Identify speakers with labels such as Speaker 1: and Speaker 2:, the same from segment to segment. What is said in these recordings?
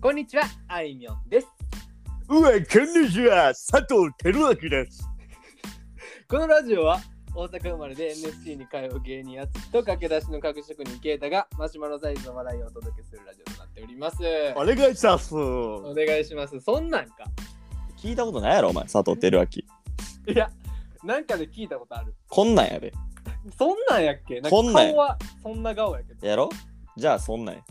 Speaker 1: こんにちは、あいみょんです。
Speaker 2: うわ、こんにちは、佐藤輝明です。
Speaker 1: このラジオは大阪生まれで NSC に通う芸人やつと駆け出しの各職人ケータがマシュマロサイズの話題をお届けするラジオとなっております。
Speaker 2: お願いします。
Speaker 1: お
Speaker 2: 聞
Speaker 1: 願いします。そんなんか
Speaker 2: いたことないやろ、お前、佐藤輝明。
Speaker 1: いや、なんかで聞いたことある。
Speaker 2: こんなんやで。
Speaker 1: そんなんやっけなんか
Speaker 2: こんなんや
Speaker 1: 顔はそんな顔やけど。
Speaker 2: やろじゃあ、そんなんや。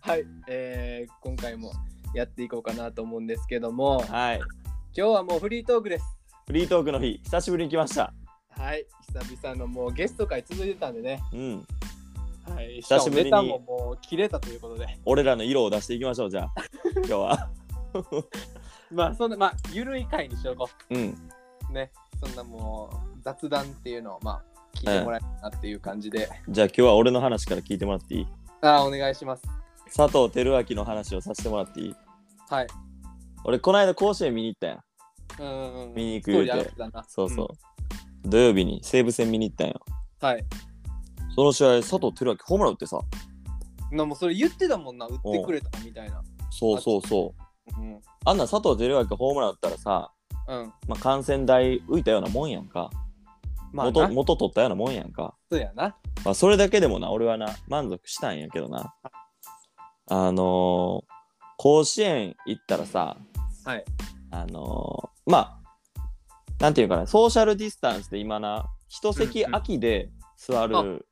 Speaker 1: はい、えー、今回もやっていこうかなと思うんですけども、
Speaker 2: はい。
Speaker 1: 今日はもうフリートークです。
Speaker 2: フリートークの日、久しぶりに来ました。
Speaker 1: はい、久々のもうゲスト会続いてたんでね。
Speaker 2: うん。
Speaker 1: はい、
Speaker 2: 久しぶり
Speaker 1: し
Speaker 2: に
Speaker 1: かもネタももう切れたということで。
Speaker 2: 俺らの色を出していきましょう、じゃあ。今日 は。
Speaker 1: まあそんなまあゆるい回にしとこ
Speaker 2: うん。
Speaker 1: うねそんなもう雑談っていうのをまあ聞いてもらえたなっていう感じで、
Speaker 2: じゃあ、今日は俺の話から聞いてもらっていい
Speaker 1: ああお願いします
Speaker 2: 佐藤輝明の話をさせてもらっていい
Speaker 1: はい
Speaker 2: 俺、この間甲子園見に行ったやん。
Speaker 1: うんうんうん
Speaker 2: 見に行く
Speaker 1: ストー
Speaker 2: 言う
Speaker 1: リーあ
Speaker 2: て
Speaker 1: っ。たな
Speaker 2: そうそう。土曜日に西武戦見に行ったんよ。
Speaker 1: うんはい
Speaker 2: その試合、佐藤輝明ホームラン打ってさ。
Speaker 1: なもうそれ言ってたもんな売ってくれたみたいな
Speaker 2: そうそうそう。
Speaker 1: うん
Speaker 2: あんな佐藤輝明ホームラン打ったらさ、
Speaker 1: うん
Speaker 2: まあ、感染大浮いたようなもんやんか、
Speaker 1: まあ
Speaker 2: 元
Speaker 1: な
Speaker 2: 元取ったようなもんやんか、
Speaker 1: そうやな
Speaker 2: まあ、それだけでもな俺はな満足したんやけどなあのー甲子園行ったらさ
Speaker 1: はい
Speaker 2: あのーまあなんていうかなソーシャルディスタンスで今な一席
Speaker 1: うんうん
Speaker 2: 空きで座る、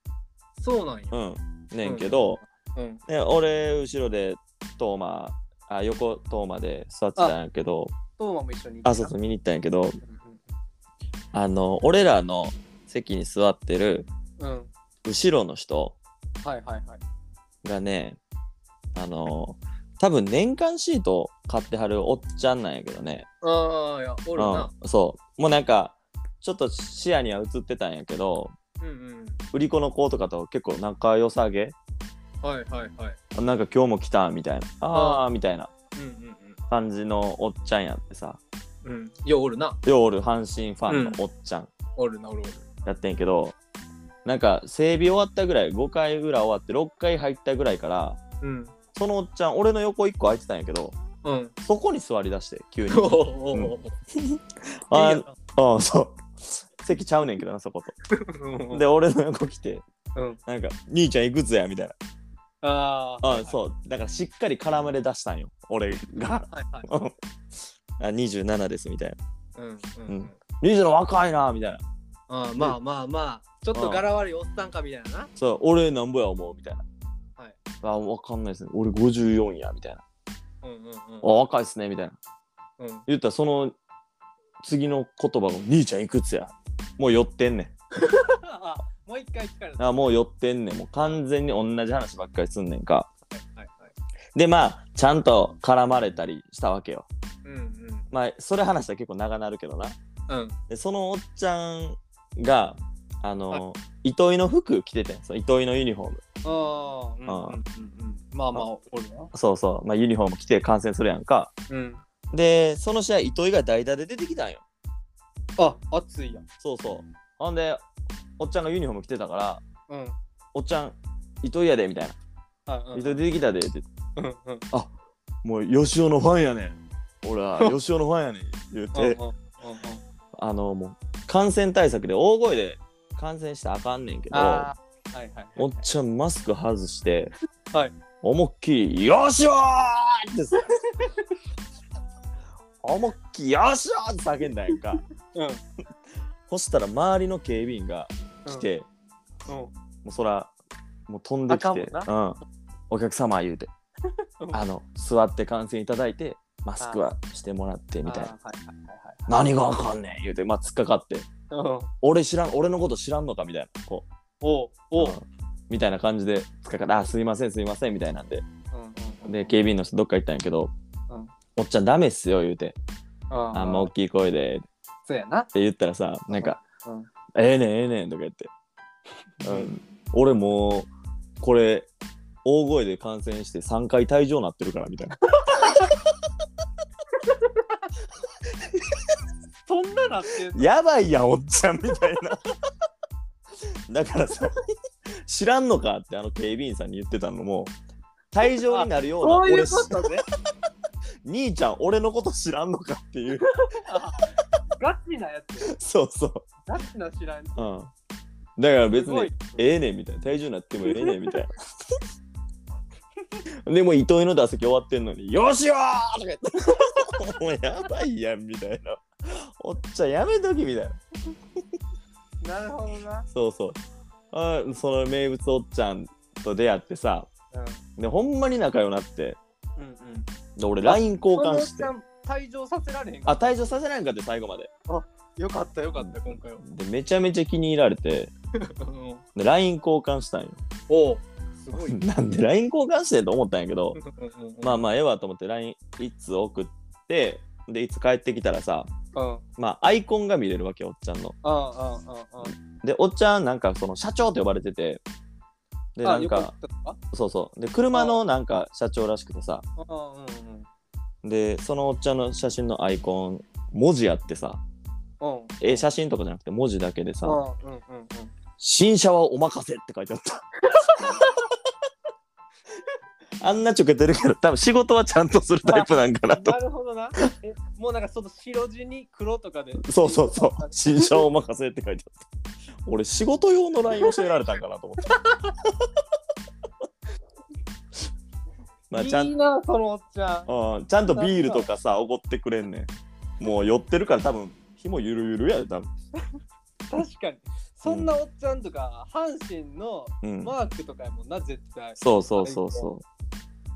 Speaker 1: そうなんや
Speaker 2: うんねんけど、
Speaker 1: うん
Speaker 2: ね、俺後ろでトーマあ横トーマで座ってたんやけど
Speaker 1: トーマも一緒に行
Speaker 2: あそうそう見に行ったんやけど
Speaker 1: うん
Speaker 2: あの俺らの席に座ってる
Speaker 1: うんうん
Speaker 2: 後ろの人
Speaker 1: はいはいはい
Speaker 2: がねあの多分年間シート買ってはるおっちゃんなんやけどね
Speaker 1: ああいやおるな
Speaker 2: うん、そうもうなんかちょっと視野には映ってたんやけど
Speaker 1: うんうん
Speaker 2: 売り子の子とかと結構仲良さげ
Speaker 1: はいはいはい
Speaker 2: なんか今日も来たみたいなああみたいな
Speaker 1: うんうん
Speaker 2: 感じのおっちゃんやってさ
Speaker 1: うんうんようおるな
Speaker 2: ようおる阪神ファンのおっちゃん
Speaker 1: おるなおるおる
Speaker 2: やってんけど、なんか整備終わったぐらい5回ぐらい終わって6回入ったぐらいから
Speaker 1: うん
Speaker 2: そのおっちゃん俺の横1個空いてたんやけど
Speaker 1: うん
Speaker 2: そこに座りだして急に
Speaker 1: おおおお
Speaker 2: あ
Speaker 1: いいよ
Speaker 2: あそう席ちゃう ねんけどなそこと
Speaker 1: うん
Speaker 2: で俺の横来て
Speaker 1: うん、
Speaker 2: なんか「兄ちゃんいくつや」みたいな
Speaker 1: あー
Speaker 2: あそうだからしっかり絡まれ出したんよ俺が
Speaker 1: はいはい。
Speaker 2: あ27ですみたいな
Speaker 1: うんうん
Speaker 2: うん27若いなみたいな
Speaker 1: あーまあまあまあ、ちょっと柄悪いおっさんかみたいなな。
Speaker 2: そう俺なんぼや思うみたいな
Speaker 1: はい
Speaker 2: あ分かんないですね俺54やみたいな
Speaker 1: うんうん
Speaker 2: あ若いっすねみたいな
Speaker 1: うん。うん、
Speaker 2: 言ったらその次の言葉が「兄ちゃんいくつや」もう寄ってんねん
Speaker 1: あもう一回聞かれた。
Speaker 2: あもう寄ってんねんもう完全に同じ話ばっかりすんねんか
Speaker 1: はいはい。
Speaker 2: でまあちゃんと絡まれたりしたわけよ
Speaker 1: うんうん。
Speaker 2: まあそれ話したら結構長なるけどな
Speaker 1: うん、
Speaker 2: でそのおっちゃんがあの、糸井の服着ててんその糸井のユニフォーム
Speaker 1: あーうんうんうん
Speaker 2: あ
Speaker 1: うんまあまあ、おるな。
Speaker 2: そうそう、まあ、ユニフォーム着て観戦するやんか
Speaker 1: うん。
Speaker 2: でその試合糸井が代打で出てきたんよ
Speaker 1: あ熱いやん。
Speaker 2: そうそうほんでおっちゃんがユニフォーム着てたから
Speaker 1: うん。はい
Speaker 2: おっちゃん糸井やでみたいな
Speaker 1: うん
Speaker 2: 糸井出てきたでって
Speaker 1: うんうん
Speaker 2: もう吉尾のファンやねん俺 は吉尾のファンやねん言
Speaker 1: うんう
Speaker 2: う
Speaker 1: ん
Speaker 2: て
Speaker 1: うんうん
Speaker 2: あのもう感染対策で大声で感染したらあかんねんけど
Speaker 1: あーはいはい
Speaker 2: おっちゃんマスク外して、
Speaker 1: はい
Speaker 2: 思いっきり「よっしゃー!」ってさ 思いっきり「よっしゃー!」って叫んだやんか
Speaker 1: うん
Speaker 2: そしたら周りの警備員が来て、
Speaker 1: うん
Speaker 2: もうそらもう飛んできて
Speaker 1: あ
Speaker 2: 「うん、お客様」言 うて
Speaker 1: うん
Speaker 2: あの座って観戦いただいてマスクはしてもらってみたいな。
Speaker 1: あーはいはいはい
Speaker 2: 何があかんねん言うて、まあ、突っかかって、
Speaker 1: はいうん
Speaker 2: 俺知らん、俺のこと知らんのかみたいな、こう、
Speaker 1: おうおう
Speaker 2: うんみたいな感じで、突っかかって、あ、すいません、すいません、みたいなんで、
Speaker 1: うんうんうん
Speaker 2: で、警備員の人どっか行ったんやけど、
Speaker 1: うん
Speaker 2: おっちゃんダメっすよ、言うて、
Speaker 1: あ
Speaker 2: あんま
Speaker 1: も
Speaker 2: 大
Speaker 1: う
Speaker 2: きい声で、っ
Speaker 1: そうやな
Speaker 2: て言ったらさ、なんか、
Speaker 1: うん
Speaker 2: ええねん、ええねん、とか言って、うん、俺もう、これ、大声で感染して3回退場なってるから、みた いな。
Speaker 1: そんななってんの
Speaker 2: やばいやん、おっちゃん、みたいな。だからさ、知らんのかって、あの警備員さんに言ってたのも、退場になるような
Speaker 1: そういう
Speaker 2: 俺し
Speaker 1: ことね。
Speaker 2: 兄ちゃん俺のこと知らんのかっていう
Speaker 1: ガチなやつ。
Speaker 2: そうそ
Speaker 1: ガチな知らん。
Speaker 2: う、うん、だから別
Speaker 1: すご
Speaker 2: に
Speaker 1: い
Speaker 2: ええねんみたいな体重になってもええねんみたいな でも糸井の打席終わってんのに「よしよー!」とか言って もうやばいやんみたいなおっちゃんやめときみたいな
Speaker 1: なるほどな。
Speaker 2: そうそうあーその名物おっちゃんと出会ってさでほんまに仲良くなって
Speaker 1: うん。うんうん。
Speaker 2: で俺 LINE 交換して
Speaker 1: このおっちゃん退場させられへんか
Speaker 2: あ退場させないんかって最後まで
Speaker 1: よかったよかった、今回 は。
Speaker 2: でめちゃめちゃ気に入られて
Speaker 1: うん
Speaker 2: で LINE 交換したんよ
Speaker 1: おお、すごい。
Speaker 2: なんで LINE 交換してんと思ったんやけど ま
Speaker 1: あ、
Speaker 2: あまあええわと思って LINE いつ送ってでいつ帰ってきたらさ
Speaker 1: うん、
Speaker 2: まあアイコンが見れるわけよおっちゃんの
Speaker 1: ああ、ああ、
Speaker 2: でおっちゃんなんかその社長って呼ばれててでなんかそうそうで車のなんか社長らしくてさ
Speaker 1: ああ、うんうん。
Speaker 2: でそのおっちゃんの写真のアイコン文字やってさ
Speaker 1: うん、
Speaker 2: え写真とかじゃなくて文字だけで
Speaker 1: う
Speaker 2: さ
Speaker 1: んうん うんうん。
Speaker 2: 「新車はお任せ」って書いてあった あんなちょけてるから多分仕事はちゃんとするタイプなんかなと
Speaker 1: なるほどな。え、もうなんかその白地に黒とかで。
Speaker 2: そうそうそう。新車をお任せって書いてあった。俺、仕事用の LINE 教えられたんかなと思って。 まあ、ちゃ
Speaker 1: いい
Speaker 2: ん
Speaker 1: な、そのおっちゃん。
Speaker 2: うん、ちゃんとビールとかさ、おごってくれんねん。もう酔ってるから多分、火もゆるゆるやで、多分。
Speaker 1: 確かに。そんなおっちゃんとか、阪神の
Speaker 2: うん。
Speaker 1: マークとかやもんな、絶対。
Speaker 2: そうそうそうそ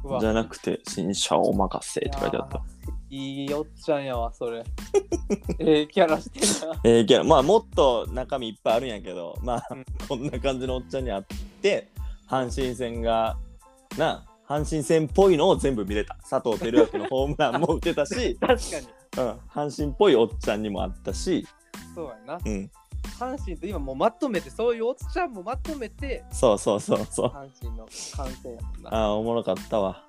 Speaker 2: うう。
Speaker 1: わ
Speaker 2: じゃなくて、新車をお任せって書いてあっ
Speaker 1: い
Speaker 2: た。
Speaker 1: いいおっちゃんやわ、それ。 ええキャラしてんな。
Speaker 2: えー、けど、まあ、もっと中身いっぱいあるんやけど、まあ、
Speaker 1: うん、
Speaker 2: こんな感じのおっちゃんに会って、阪神戦が、な、阪神戦っぽいのを全部見れた。佐藤輝明のホームランも打てたし
Speaker 1: 確かに。
Speaker 2: うん、阪神っぽいおっちゃんにもあったし、
Speaker 1: そうやな。
Speaker 2: うん、
Speaker 1: 阪神と今もうまとめて、そういうおっちゃんもまとめて、
Speaker 2: そうそうそうそう。
Speaker 1: 阪神の観戦やもんな。
Speaker 2: あーおもろかったわ。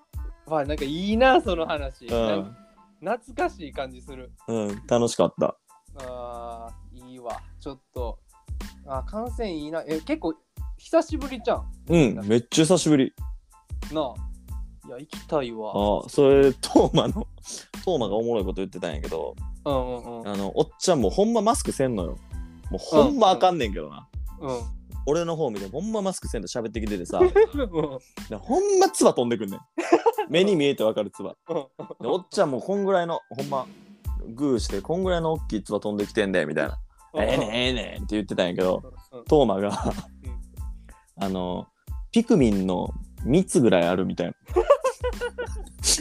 Speaker 1: まあなんかいいな、その話。
Speaker 2: う
Speaker 1: なんん、か懐かしい感じする。
Speaker 2: うん、楽しかった。
Speaker 1: あーいいわ。ちょっと。あ、観戦いいな。え、結構久しぶりじゃん。
Speaker 2: うん、めっちゃ久しぶり。
Speaker 1: なあ。いや、行きたい
Speaker 2: あ
Speaker 1: わ。
Speaker 2: ーそれ、トーマの、トーマがおもろいこと言ってたんやけど、
Speaker 1: うんうんうん。うん。
Speaker 2: あの、おっちゃんもうほんまマスクせんのよ。もうほんまあかんねんけどな。俺の方見てほんまマスクせんと喋ってきてて さでほんま唾飛んでくんねん目に見えてわかる唾でおっちゃんもこんぐらいのほんまグーしてこんぐらいの大きい唾飛んできてんだよみたいな「 ええねんええねん」って言ってたんやけど
Speaker 1: うん。
Speaker 2: トーマがあのピクミンの蜜ぐらいあるみたい な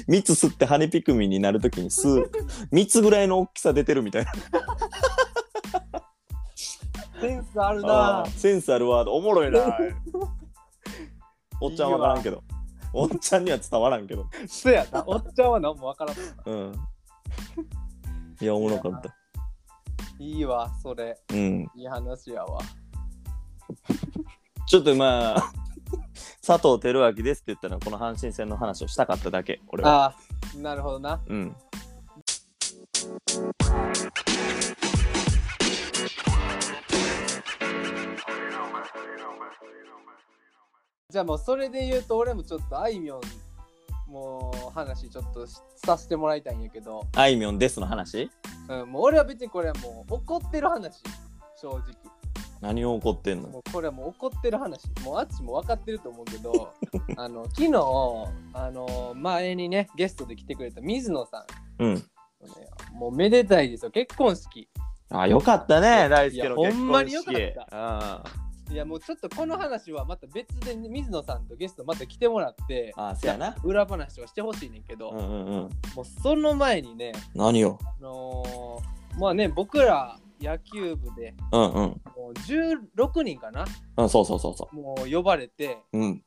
Speaker 2: 蜜吸って羽ピクミンになるときに吸う蜜ぐらいの大きさ出てるみたいな
Speaker 1: センスある
Speaker 2: あ
Speaker 1: な
Speaker 2: ー。センスあるワードおもろ いなおっちゃんわからんけどおっちゃんには伝わらんけど
Speaker 1: そうやな。おっちゃんは何もわからん。
Speaker 2: うん。い や、おもろかった。
Speaker 1: いいわ、それ。
Speaker 2: うん。
Speaker 1: いい話やわ。
Speaker 2: ちょっとまあ、 佐藤輝明ですって言ったら、この阪神戦の話をしたかっただけ、俺は。
Speaker 1: ああ、なるほどな。
Speaker 2: うん。
Speaker 1: じゃあもうそれで言うと俺もちょっとあいみょんもう話ちょっとしさせてもらいたいんやけど、
Speaker 2: あいみょんですの話
Speaker 1: うん、もう俺は別にこれはもう怒ってる話正直
Speaker 2: 何を怒ってんの
Speaker 1: もうこれはもう怒ってる話もうあっちも分かってると思うけどあの昨日あの前にねゲストで来てくれた水野さ
Speaker 2: うん。
Speaker 1: ん、ね、もうめでたいですよ結婚式
Speaker 2: あ、よかった
Speaker 1: いや
Speaker 2: ね、大輔の結婚式。
Speaker 1: ほんまによかった
Speaker 2: あ
Speaker 1: いやもうちょっとこの話はまた別で水野さんとゲストまた来てもらって
Speaker 2: あ、そやな。
Speaker 1: 裏話とかしてほしいねんけど、
Speaker 2: うんうんうん。
Speaker 1: もうその前にね
Speaker 2: 何よ。
Speaker 1: あのーまあね僕ら野球部で
Speaker 2: うんうん。
Speaker 1: もう16人かな
Speaker 2: うん、そうそうそうそ
Speaker 1: もう呼ばれて
Speaker 2: う。うん。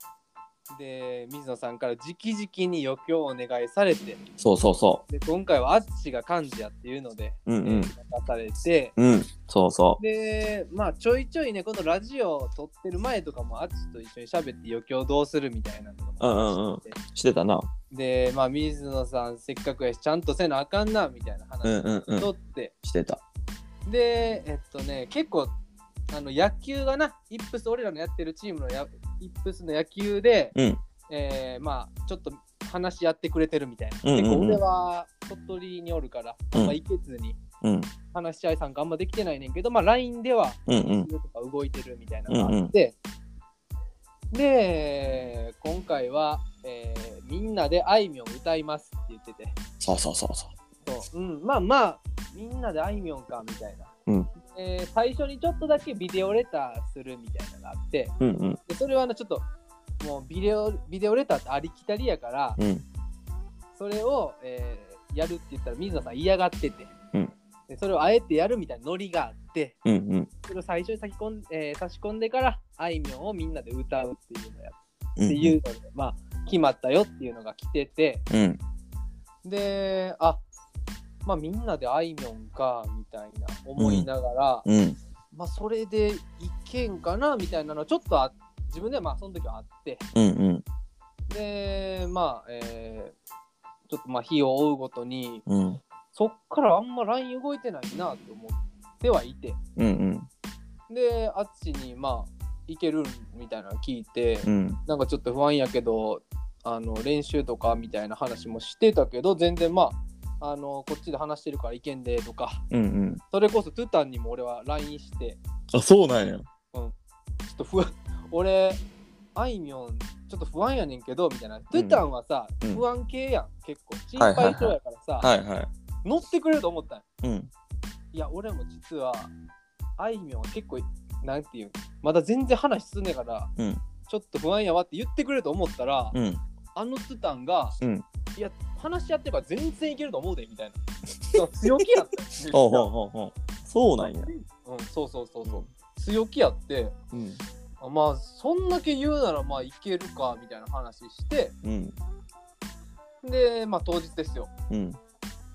Speaker 1: で水野さんから直々に余興をお願いされて
Speaker 2: そうそうそ
Speaker 1: で今回はあっちが幹事やっていうので、
Speaker 2: う。うんう
Speaker 1: えー
Speaker 2: ん
Speaker 1: 任。されて
Speaker 2: うん。そうそ
Speaker 1: でまあちょいちょいねこのラジオを撮ってる前とかもあっちと一緒に喋って余興どうするみたいなのとかも話してて
Speaker 2: う。してたな。
Speaker 1: でまあ水野さんせっかくやしちゃんとせなあかんなみたいな
Speaker 2: うん
Speaker 1: 話
Speaker 2: うんうん。
Speaker 1: とって、
Speaker 2: してた。
Speaker 1: で、えっとね、結構、あの野球がな、イップス、俺らのやってるチームのやイップスの野球で、
Speaker 2: うん。
Speaker 1: えーまあちょっと話し合ってくれてるみたいな。
Speaker 2: うんうんうん
Speaker 1: 結構俺は鳥取におるから、
Speaker 2: うん
Speaker 1: まあ、行けずに
Speaker 2: うん
Speaker 1: 話し合い参加あんまできてないねんけど、まあ、LINE では
Speaker 2: うんうん
Speaker 1: とか動いてるみたいなのがあって、で今回は、えーみんなであいみょん歌いますって言ってて
Speaker 2: そうそうそうそ
Speaker 1: そう、うん、まあまあみんなであいみょんかみたいな、
Speaker 2: うん
Speaker 1: で最初にちょっとだけビデオレターするみたいなのがあって
Speaker 2: ううんうん
Speaker 1: でそれはあのちょっともうビデオビデオレターってありきたりやから
Speaker 2: うん
Speaker 1: それを、えーやるって言ったら水野さん嫌がってて、
Speaker 2: うん
Speaker 1: でそれをあえてやるみたいなノリがあって
Speaker 2: うんうん
Speaker 1: それを最初に先こん、えー差し込んでからあいみょんをみんなで歌うっていうのやっ
Speaker 2: うん
Speaker 1: ていうので、まあ決まったよっていうのが来てて
Speaker 2: うん
Speaker 1: であまあみんなであいみょんかみたいな思いながら、
Speaker 2: うん
Speaker 1: まあそれでいけんかなみたいなのちょっとあ自分ではまあその時はあって
Speaker 2: うんうん
Speaker 1: でまあえーちょっとまあ日を追うごとに
Speaker 2: うん
Speaker 1: そっからあんま LINE 動いてないなと思ってはいて
Speaker 2: うん
Speaker 1: であっちにまあ行けるみたいなの聞いて、
Speaker 2: うん
Speaker 1: なんかちょっと不安やけどあの練習とかみたいな話もしてたけど全然まああのこっちで話してるからいけんでとか
Speaker 2: うんうん
Speaker 1: それこそトゥタンにも俺は LINE して
Speaker 2: あそうなんや
Speaker 1: ちょっと不安 俺あいみょんちょっと不安やねんけどみたいな、トゥタンはさ、
Speaker 2: うん
Speaker 1: 不安系やん結構心
Speaker 2: はいはいはい
Speaker 1: 配そうやからさ、
Speaker 2: はいは
Speaker 1: 乗ってくれると思ったんよ
Speaker 2: いうん
Speaker 1: いや俺も実はあいみょんは結構なんていうんまだ全然話進んねえから、
Speaker 2: うん
Speaker 1: ちょっと不安やわって言ってくれると思ったら、
Speaker 2: うん
Speaker 1: あのツタンが、
Speaker 2: うん
Speaker 1: いや、話し合ってるから全然いけると思うで、みたいな。強気やったよ。
Speaker 2: ほうほうほうほうそうなんや
Speaker 1: うん、そうそうそうそう。強気やって、
Speaker 2: うん
Speaker 1: あまあ、そんだけ言うなら、まあ、いけるか、みたいな話して、
Speaker 2: うん
Speaker 1: で、まあ、当日ですよ。
Speaker 2: うん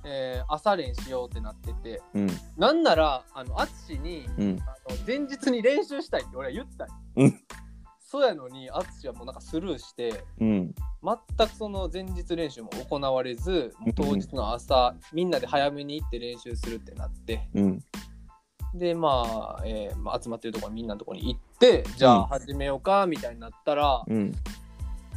Speaker 1: えー朝練しようってなってて、
Speaker 2: うん
Speaker 1: なんなら、あの、淳に、
Speaker 2: うん
Speaker 1: あの前日に練習したいって俺は言ったんよ
Speaker 2: うん
Speaker 1: そうやのに、淳はもうなんかスルーして、
Speaker 2: うん
Speaker 1: 全くその前日練習も行われずもう当日の朝みんなで早めに行って練習するってなって
Speaker 2: うん
Speaker 1: でまあ、えーまあ集まってるところみんなのところに行ってじゃ
Speaker 2: うん
Speaker 1: あ始めようかみたいになったら、
Speaker 2: うん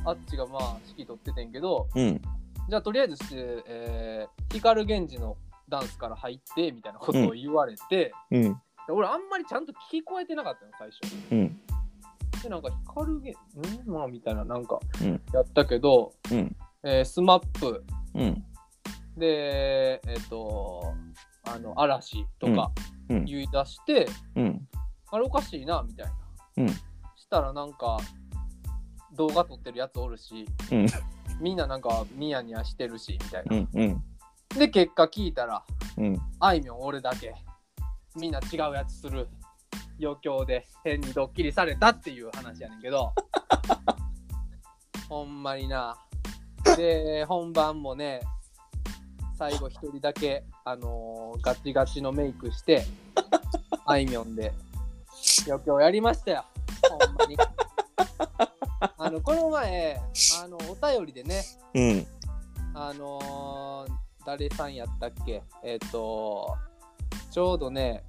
Speaker 1: あっちがまあ指揮取っててんけど
Speaker 2: うん
Speaker 1: じゃあとりあえずして、えー光源氏のダンスから入ってみたいなことを言われて、
Speaker 2: うん
Speaker 1: で俺あんまりちゃんと聞こえてなかったの最初。
Speaker 2: うん
Speaker 1: でなんか光源んまあみたいななんか
Speaker 2: うん
Speaker 1: やったけど、
Speaker 2: うん
Speaker 1: えー、スマップ
Speaker 2: うん
Speaker 1: で、えっ、と、あの、嵐とか
Speaker 2: うんうん
Speaker 1: 言い出して、
Speaker 2: うん
Speaker 1: あれおかしいな、みたいな。
Speaker 2: うん
Speaker 1: したらなんか、動画撮ってるやつおるし、
Speaker 2: うん
Speaker 1: みんななんかニヤニヤしてるし、みたいな。
Speaker 2: うんうん
Speaker 1: で、結果聞いたら、
Speaker 2: うん
Speaker 1: あいみょん俺だけ、みんな違うやつする。余興で変にドッキリされたっていう話やねんけど ほんまになで本番もね最後一人だけあのーガチガチのメイクしてあいみょんで余興やりましたよほんまにあのこの前あのお便りでね
Speaker 2: うん
Speaker 1: あのー誰さんやったっけえっ、とちょうどね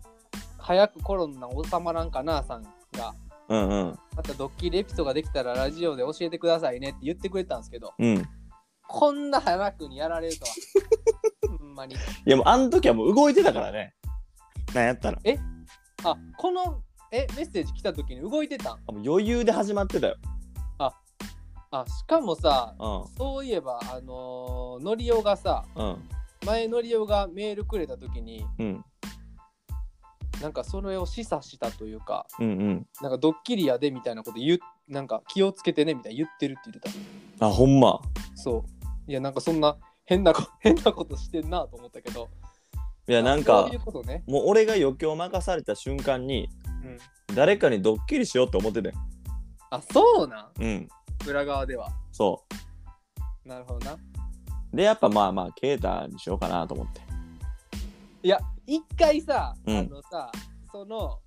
Speaker 1: 早くコロナ収まらんかなさんが
Speaker 2: うんうん
Speaker 1: またドッキリエピソードができたらラジオで教えてくださいねって言ってくれたんですけど
Speaker 2: うん
Speaker 1: こんな早くにやられるとはほんまに
Speaker 2: いやもうあの時はもう動いてたからねなんやったら
Speaker 1: あこのえメッセージ来た時に動いてたん
Speaker 2: あもう余裕で始まってたよ
Speaker 1: あしかもさ
Speaker 2: う
Speaker 1: そういえばあのーのりおがさ
Speaker 2: んうん
Speaker 1: 前のりおがメールくれた時に
Speaker 2: うん
Speaker 1: なんかそれを示唆したというか
Speaker 2: うんうん
Speaker 1: なんかドッキリやでみたいなこと言うなんか気をつけてねみたいな言ってるって言ってた
Speaker 2: あほんま
Speaker 1: そういやなんかそんな変なこ 変なことしてんなと思ったけど
Speaker 2: いや
Speaker 1: あ
Speaker 2: なんか
Speaker 1: そういうことね、
Speaker 2: もう俺が余興任された瞬間に
Speaker 1: うん、
Speaker 2: 誰かにドッキリしようって思ってて
Speaker 1: あそうなん
Speaker 2: うん
Speaker 1: 裏側では
Speaker 2: そ
Speaker 1: なるほどな
Speaker 2: うでやっぱまあまあケータにしようかなと思って
Speaker 1: いや一回さ、
Speaker 2: うん
Speaker 1: あのさその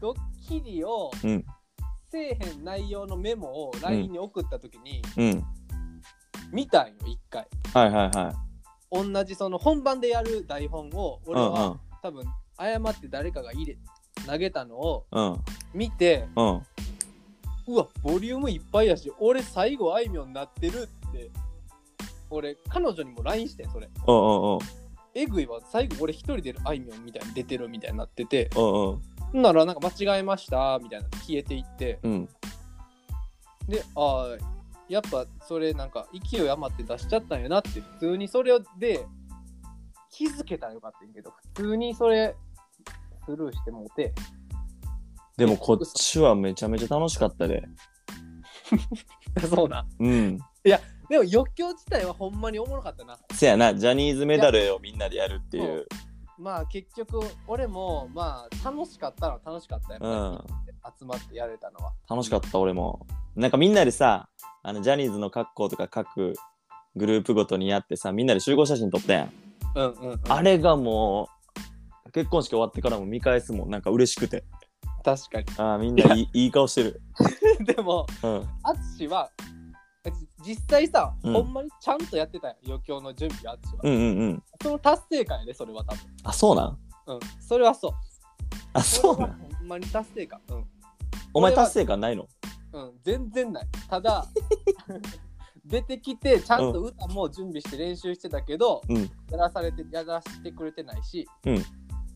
Speaker 1: ドッキリを
Speaker 2: うん
Speaker 1: せえへん内容のメモを LINE に送った時に
Speaker 2: うん
Speaker 1: 見たんよ一回
Speaker 2: はいはいはい
Speaker 1: 同じその本番でやる台本を
Speaker 2: う
Speaker 1: 俺
Speaker 2: ん
Speaker 1: は多分誤って誰かが入れ投げたのを
Speaker 2: うん
Speaker 1: 見て
Speaker 2: うんうん
Speaker 1: うわボリュームいっぱいやし俺最後あいみょんなってるって俺彼女にも LINE してんそれ
Speaker 2: うんうんうん
Speaker 1: えぐいは最後俺一人であいみょんみたいに出てるみたいになってて
Speaker 2: うんうん
Speaker 1: ほんならなんか間違えましたみたいな消えていって
Speaker 2: うん
Speaker 1: でああやっぱそれなんか勢い余って出しちゃったんやなって普通にそれで気づけたらよかったんやけど普通にそれスルーしてもうて
Speaker 2: でもこっちはめちゃめちゃ楽しかったで
Speaker 1: そうな
Speaker 2: うん
Speaker 1: でも余興自体はほんまにおもろかったな
Speaker 2: せやなジャニーズメダルをみんなでやるっていう
Speaker 1: まあ結局俺もまあ楽しかったら楽しかったやっ
Speaker 2: う
Speaker 1: ぱ
Speaker 2: ん
Speaker 1: り集まってやれたのは
Speaker 2: 楽しかった俺もなんかみんなでさあのジャニーズの格好とか各グループごとにやってさみんなで集合写真撮ってん、
Speaker 1: うんうん、うん、
Speaker 2: あれがもう結婚式終わってからも見返すもんなんか嬉しくて
Speaker 1: 確かに
Speaker 2: あーみんないいいい顔してる
Speaker 1: でも
Speaker 2: うん
Speaker 1: 淳はえ実際さ、
Speaker 2: うん
Speaker 1: ほんまにちゃんとやってたよ余興の準備淳は、
Speaker 2: うんうんうん
Speaker 1: その達成感やでそれは多分
Speaker 2: あそうなん
Speaker 1: うんそれはそう
Speaker 2: あそうなん
Speaker 1: んほんまに達成感うん
Speaker 2: お前達成感ないの
Speaker 1: うん、全然ない。た だ、出てきて、ちゃんと歌も準備して練習してたけど、
Speaker 2: うん
Speaker 1: やらされて、やらしてくれてないし、
Speaker 2: うん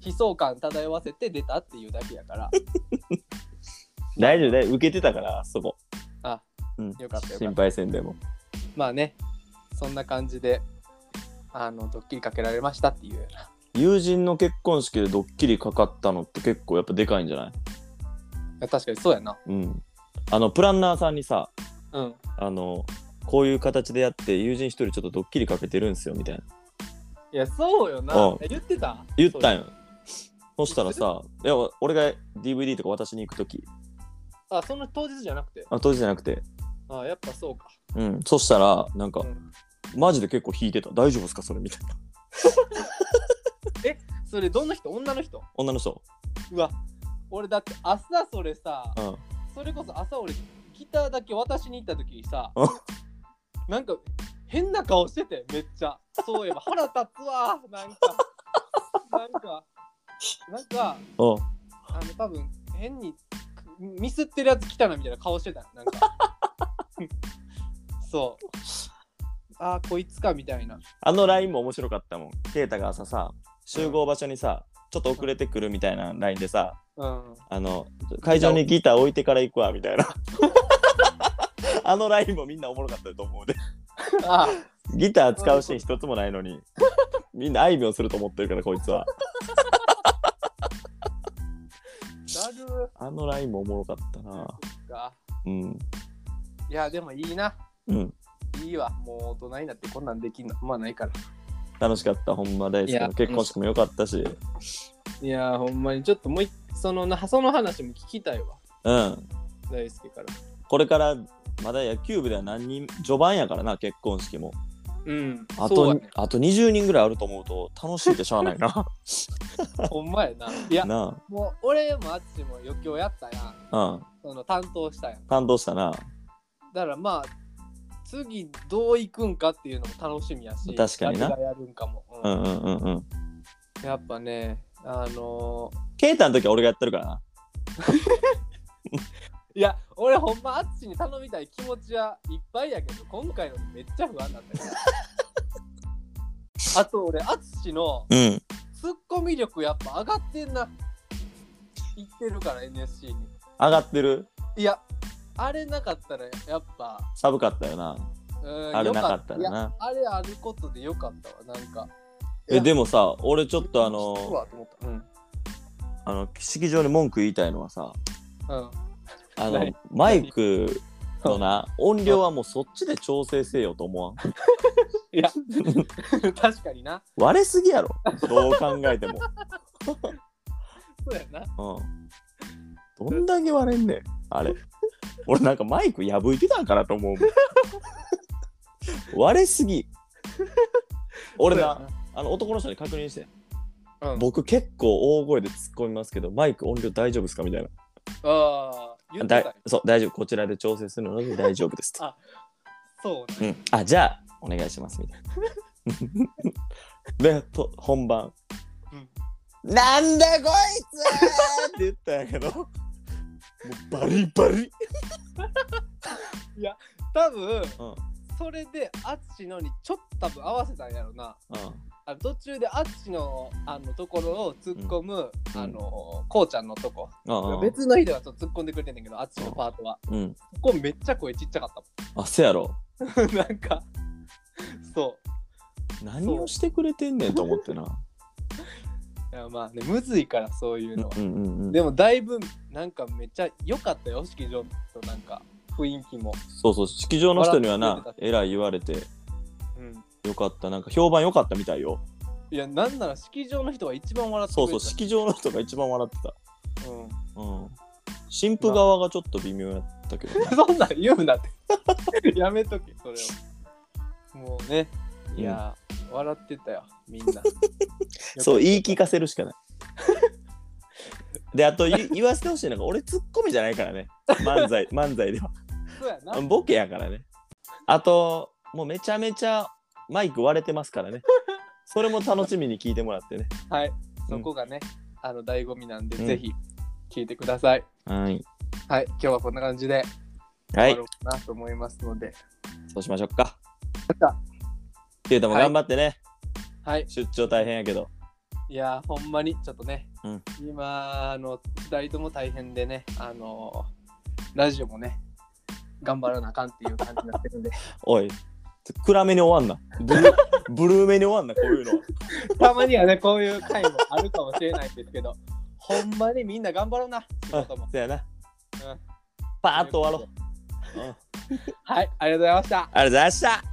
Speaker 1: 悲壮感漂わせて出たっていうだけやから、
Speaker 2: 大丈夫だよ受けてたからそこ
Speaker 1: あ、
Speaker 2: うん
Speaker 1: よかったよかった
Speaker 2: 心配せんでも
Speaker 1: まあね、そんな感じで、あの、ドッキリかけられましたっていうような。
Speaker 2: 友人の結婚式でドッキリかかったのって結構やっぱでかいんじゃない
Speaker 1: いや確かにそうやな。
Speaker 2: うんあのプランナーさんにさ
Speaker 1: うん。
Speaker 2: あのこういう形でやって友人一人ちょっとドッキリかけてるんすよみたいない
Speaker 1: や、そうよな。
Speaker 2: うん
Speaker 1: え言ってた
Speaker 2: 言ったん
Speaker 1: よ。
Speaker 2: よそしたらさいや俺が DVD とか渡しに行く時
Speaker 1: あ、そんな当日じゃなくて。
Speaker 2: あ当時じゃなくて
Speaker 1: あ、やっぱそうか。
Speaker 2: うんそしたらなんか、
Speaker 1: うん
Speaker 2: マジで結構引いてた大丈夫ですかそれみたいな
Speaker 1: それ、どんな人女の人
Speaker 2: 女の人
Speaker 1: うわ、俺だって朝それさ、
Speaker 2: うん
Speaker 1: それこそ朝俺ギターだけ渡しに行った時にさ
Speaker 2: うん
Speaker 1: なんか変な顔しててめっちゃそういえば腹立つわなんかなんかなんか
Speaker 2: うん
Speaker 1: あの多分変にミスってるやつ来たなみたいな顔してたなんか そうあーこいつかみたいな
Speaker 2: あの LINE も面白かったもん啓太が朝さ集合場所にさちょっと遅れてくるみたいな LINE でさ
Speaker 1: うん
Speaker 2: あの会場にギター置いてから行くわみたい なあの LINE もみんなおもろかったと思うで
Speaker 1: あ
Speaker 2: ギター使うシーン一つもないのにみんなあいみょんすると思ってるからこいつは
Speaker 1: ーなる
Speaker 2: あのラインもおもろかったな
Speaker 1: か
Speaker 2: うん
Speaker 1: いやでもいいな
Speaker 2: うん
Speaker 1: いいわもう大人になってこんなんできんのまあないから
Speaker 2: 楽しかったほんま大好き
Speaker 1: いや
Speaker 2: な結婚式もよかったし
Speaker 1: いやーほんまにちょっともういそのなその話も聞きたいわ
Speaker 2: うん
Speaker 1: 大好きから
Speaker 2: これからまだ野球部では何人序盤やからな結婚式も
Speaker 1: うんそ
Speaker 2: あ
Speaker 1: う
Speaker 2: と、
Speaker 1: やね
Speaker 2: あと20人ぐらいあると思うと楽しいでしゃあないな
Speaker 1: ほんまや ないや
Speaker 2: な
Speaker 1: もう俺もあっちも余興やったやん
Speaker 2: あうん
Speaker 1: その担当したやん
Speaker 2: 感動したな
Speaker 1: だからまあ次どういくんかっていうのも楽しみやし
Speaker 2: 確かにな
Speaker 1: 誰がやるんかも、う
Speaker 2: うんんうんうんうん
Speaker 1: やっぱねあの
Speaker 2: 啓太の時は俺がやってるからな
Speaker 1: ーいや俺ほんまあっちに頼みたい気持ちはいっぱいやけど今回のめっちゃ不安だったよ あと俺あっちの
Speaker 2: うん
Speaker 1: ツッコミ力やっぱ上がってんな。いってるから NSC に。
Speaker 2: 上がってる
Speaker 1: いや、あれなかったらやっぱ、
Speaker 2: 寒かったよな
Speaker 1: うん
Speaker 2: あれ
Speaker 1: よ
Speaker 2: なかった
Speaker 1: い
Speaker 2: ら
Speaker 1: や
Speaker 2: な
Speaker 1: あれあることでよかったわ、なんか。い
Speaker 2: え
Speaker 1: や
Speaker 2: でもさ俺ちょっとあ
Speaker 1: 聞く
Speaker 2: の
Speaker 1: わと思ったうん。
Speaker 2: あの式場に文句言いたいのはさ
Speaker 1: うん。
Speaker 2: あの
Speaker 1: 何
Speaker 2: マイクのな音量はもうそっちで調整せよと思わん
Speaker 1: いや、 確かにな。
Speaker 2: 割れすぎやろどう考えても、
Speaker 1: そうやな。
Speaker 2: うん、どんだけ割れんねん あれ俺なんかマイク破いてたんかなと思うもん割れすぎ俺な
Speaker 1: そう
Speaker 2: あの男の人に確認して
Speaker 1: やな。うん、
Speaker 2: 僕結構大声で突っ込みますけどマイク音量大丈夫ですかみたいな
Speaker 1: ああ、言って
Speaker 2: だ
Speaker 1: たよ
Speaker 2: い。そう大丈夫こちらで調整するので大丈夫ですと
Speaker 1: あそうね。
Speaker 2: うん、あじゃあお願いしますみたい な。でと本番「
Speaker 1: うん
Speaker 2: なんだこいつ!」って言ったんやけどうバリバリ
Speaker 1: 多分、
Speaker 2: うん
Speaker 1: それであっちのにちょっと多分合わせたんやろなあの途中であっちのあのところを突っ込む、
Speaker 2: うん
Speaker 1: あのこうちゃんのとこ、
Speaker 2: うんうん
Speaker 1: 別の人がちょっと突っ込んでくれてんねんけどあっちのパートは、
Speaker 2: うん
Speaker 1: ここめっちゃ声ちっちゃかっ
Speaker 2: あせやろ
Speaker 1: たもん なんかそう
Speaker 2: 何をしてくれてんねんと思ってない
Speaker 1: やまあねむずいから そういうのは、
Speaker 2: うんうんうん
Speaker 1: でもだいぶなんかめっちゃ良かったよ式場となんか雰囲気も、
Speaker 2: そうそう式場の人には
Speaker 1: 笑って
Speaker 2: な
Speaker 1: くれて
Speaker 2: えらい言われて
Speaker 1: うん、
Speaker 2: よかったなんか評判良かったみたいよ
Speaker 1: いやなんなら式場の人が一番笑ってく
Speaker 2: そ
Speaker 1: れ
Speaker 2: うそう式場の人が一番笑ってた
Speaker 1: たう、
Speaker 2: うん新婦側がちょっと微妙やったけど ね
Speaker 1: ん、そんなん言うなって やめとけそれをもうねいや、笑ってたよみん な
Speaker 2: そう言い聞かせるしかないであと言い言わせてほしいのが俺ツッコミじゃないからね漫才漫才では
Speaker 1: そうやな
Speaker 2: ボケやからねあともうめちゃめちゃマイク割れてますからねそれも楽しみに聞いてもらってね
Speaker 1: はいそこがね、あの醍醐味なんで、ぜひ聞いてください
Speaker 2: はい
Speaker 1: はい今日はこんな感じで
Speaker 2: は
Speaker 1: 終わ
Speaker 2: い
Speaker 1: ろうかなと思いますので、
Speaker 2: そうしましょうか
Speaker 1: やった
Speaker 2: ケイタも頑張ってね、
Speaker 1: はい
Speaker 2: 出張大変やけど
Speaker 1: いやーほんまにちょっとね、
Speaker 2: うん
Speaker 1: 今あの2人とも大変でねあのーラジオもね頑張らなあかんっていう感じになってる んで
Speaker 2: おい暗めに終わんなブル ーブルーめに終わんなこういうのは
Speaker 1: たまにはねこういう回もあるかもしれないですけどほんまにみんな頑張ろうな仕事も
Speaker 2: そやな、
Speaker 1: うん
Speaker 2: パーッと終わろう、うん、ありがとう
Speaker 1: はいありがとうございました
Speaker 2: ございました